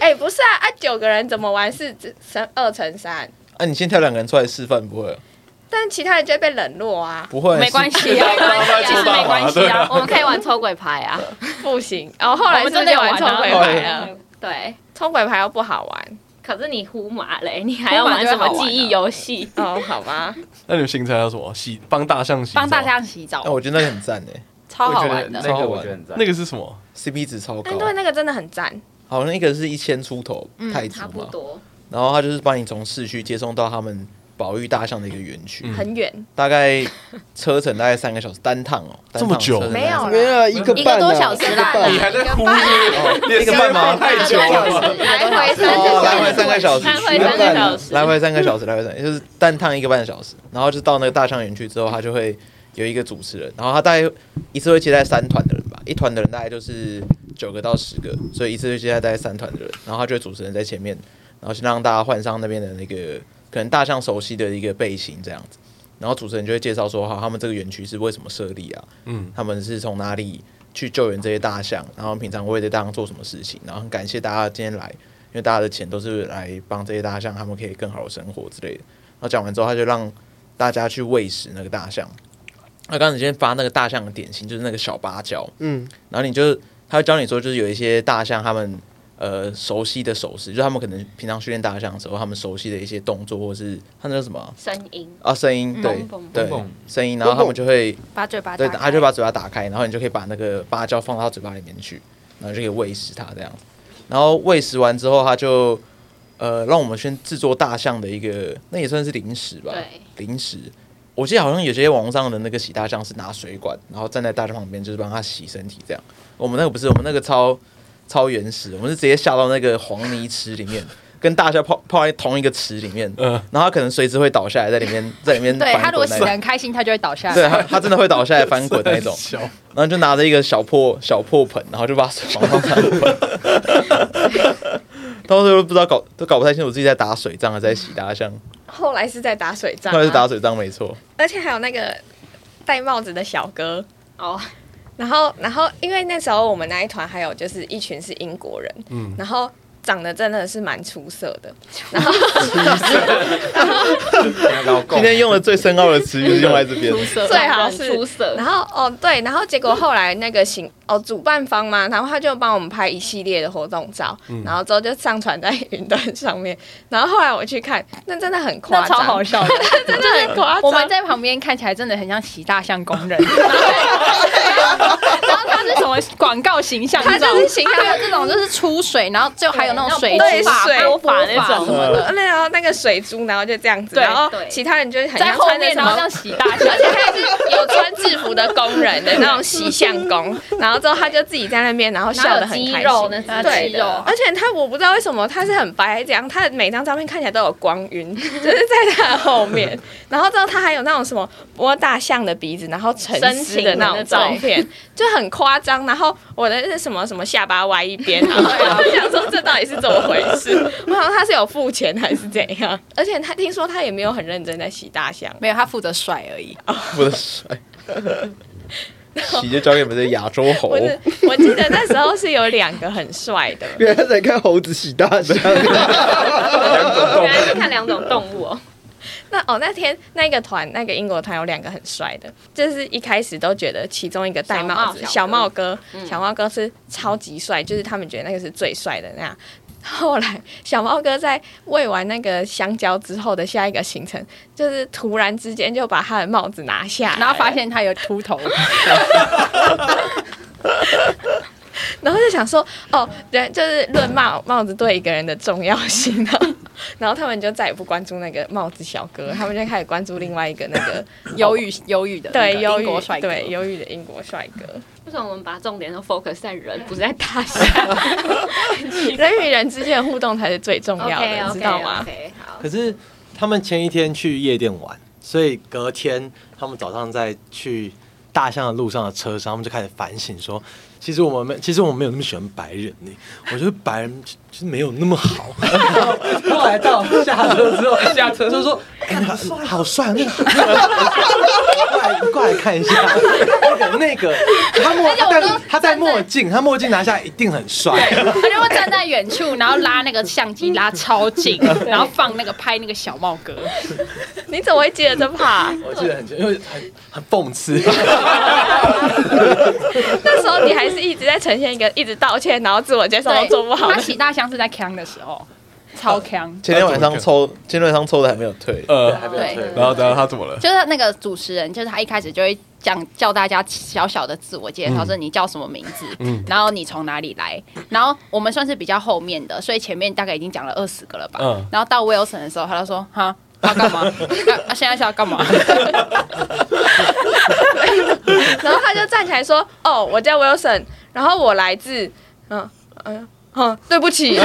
哎、不是啊，啊，九个人怎么玩是只乘二乘三，
啊，你先挑两个人出来示范，不会啊？
但其他人就会被冷落啊，
不会啊，
没关
系。
系啊，没关系啊，其
做
实
到
没
嘛
关系啊。
我们可以玩抽鬼牌 (laughs) 啊，
不行。哦，后来
我
是
们真
不是
的
就
有
玩抽
玩啊
鬼牌了？
对。
抽鬼牌又不好玩。
可是你呼麻嘞，你还要玩什么记忆游戏？
哦，好吧，
那你们行程还有什么？洗帮大象洗澡，
帮大家洗
那
澡，
哦我觉得那个很赞诶
超好玩
那
的。
个我觉得很赞。
那个是什么？
，CP 值超
嗯
哎、
高，啊
对，那个真的很赞。
好像一个是一千出头泰
啊
铢
差不
嘛，
多，
然后他就是把你从市区接送到他们保育大象的一个园区，
嗯
很远，
大概车程大概三个小时单趟哦，
这么久
单趟车程
没有
没有啊一个
一
半
个
啊
多小时啦
一个半
你还在哭是不是？
一个半吗
你时间放太久了吧。
来回
三个小时来回三个小时
来回三个小时，
来回三个小时，来回三个，就是单趟一个半小时，然后就到那个大象园区之后，他就会有一个主持人，然后他大概一次会接待三团的人吧，一团的人大概就是九个到十个，所以一次就接待大概三团的人，然后他就会主持人在前面，然后先让大家换上那边的那个可能大象熟悉的一个背心这样子，然后主持人就会介绍说，好，他们这个园区是为什么设立啊，
嗯，
他们是从哪里去救援这些大象，然后平常为这些大象做什么事情，然后很感谢大家今天来，因为大家的钱都是来帮这些大象，他们可以更好的生活之类的。然后讲完之后，他就让大家去喂食那个大象。那刚才你今天发那个大象的点心就是那个小芭蕉，
嗯，
然后你就他会教你说，就是有一些大象他们呃熟悉的手势，就是他们可能平常训练大象的时候，他们熟悉的一些动作，或是他那叫什么啊
声音
啊声音，对
嘣嘣
对
嘣嘣
声音，然后他们就会
把嘴巴
对，
打开
他就把嘴巴打开，然后你就可以把那个芭蕉放到他嘴巴里面去，然后就可以喂食它这样子。然后喂食完之后，他就呃让我们先制作大象的一个，那也算是零食吧，零食。我记得好像有些网络上的那个洗大象是拿水管，然后站在大象旁边，就是帮它洗身体这样。我们那个不是，我们那个超超原始，我们是直接下到那个黄泥池里面，跟大象泡泡在同一个池里面，
嗯
然后它可能随时会倒下来，在里面在里面
对他
翻
如
滚
果洗
那
得
种。
很开心，他就会倒下
对
来。
他，他真的会倒下来翻滚那一种。
小
然后就拿着一个小破 (laughs) 小破盆，然后就把 (laughs) 手往上盆。当时都不知道搞都搞不太清楚自己在打水仗还是在洗大象，
后来是在打水仗、
后来是
啊
打，水仗没错。
而且还有那个戴帽子的小哥。
哦，
然后，然后因为那时候我们那一团还有就是一群是英国人，
嗯
然后长得真的是蛮出色的，
老公
今天用的最深奥的词语是用在这
(laughs)
边，
最好是
出色
然，后哦对，然后结果后来那个行哦主办方嘛，然后他就帮我们拍一系列的活动照，然后之后就上传在云端上面，然后后来我去看，那真的很夸
那
张，
超好 (laughs) 笑的，
真的很夸张。
我们在旁边看起来真的很像洗大象工 (laughs) 人，然后他是什么广告形象？
他就是形象
还有这种就是出水，然后就还有那种水珠
对
吧
水
波法
波法
那
什
种，
么
呃那然后那个水珠，然后就这样子，
对
然后
对
其他人就是很
在
像
后
穿着
面
什
然后
么
像洗大象
而。且他是 (laughs) 有穿制服的工人的那种洗相工，然后之后他就自己在那边，然后笑得很开
然后有肌肉
心。
那是
对
肌肉
的，而且他我不知道为什么他是很白这样，他的每张照片看起来都有光晕， (laughs) 就是在他的后面。然后之后他还有那种什么摸大象的鼻子，然后沉思的那种照片，就很夸张。然后我的是什么什么下巴歪一边，然后我想说这到底是怎么回 (laughs) 事？我想他是有付钱还是怎样？而且他听说他也没有很认真在洗大象。
没有，他负责甩而已。
我的水。洗就交给你们这亚洲猴
不，是， (laughs) 我记得那时候是有两个很帅的，
原来他在看猴子洗大象，
(laughs)
原来是看两种动物哦，
(laughs) 那哦那天那个团那个英国团有两个很帅的，就是一开始都觉得其中一个戴帽子
小
小
帽
帽哥，小帽哥是超级帅，就是他们觉得那个是最帅的那样。 (laughs) 后来小猫哥在喂完那个香蕉之后的下一个行程，就是突然之间就把他的帽子拿下来了，
然后发现他有秃头，
然后就想说，哦，对，就是论帽帽子对一个人的重要性，然后 (laughs) 然后他们就再也不关注那个帽子小哥，他们就开始关注另外一个那
(laughs)
个
忧郁忧郁的那
对
个
忧
英国
郁
帅哥，
对忧郁的英国帅哥，
为什么我们把重点都 focus 在人，不是在大
(laughs)
象？
人与人之间的互动才是
(laughs)
最重要的
OK
你
OK
知道吗？
OK，好，
可是他们前一天去夜店玩，所以隔天他们早上在去大象的路上的车上，他们就开始反省说，其实我们没，其实我们没有那么喜欢白人呢、我觉得白人就就是没有那么好。后来到下车
(laughs)
之后，下车就说，哎、那个好帅，那个好过来过来看一下，那个那个，他墨他戴他戴墨镜，他墨镜拿下来一定很帅。
他就会站在远处，然后拉那个相机拉超
(laughs)
近，然后放那个拍那个小帽哥，
你怎么会记得这怕？
我记得很清楚，因为很很讽刺。
那时候你还是一直在呈现一个一直道歉，然后自我介绍都做不好
他。洗大象是在呛的时候，超呛。
前天晚上抽，前天晚上抽的还没有退，
呃，
还没有
对
退
然后等下他怎么了？
就是那个主持人，就是他一开始就会讲叫大家小小的自我介绍，说你叫什么名字，然后你从哪里来，然后我们算是比较后面的，所以前面大概已经讲了二十个了吧。
嗯
然后到 Wilson 的时候，他就说哈。要干嘛？啊，现在是要干嘛？ (laughs)
然后他就站起来说：“哦，我叫 (laughs) Wilson，然后我来自……嗯嗯嗯，对不起。”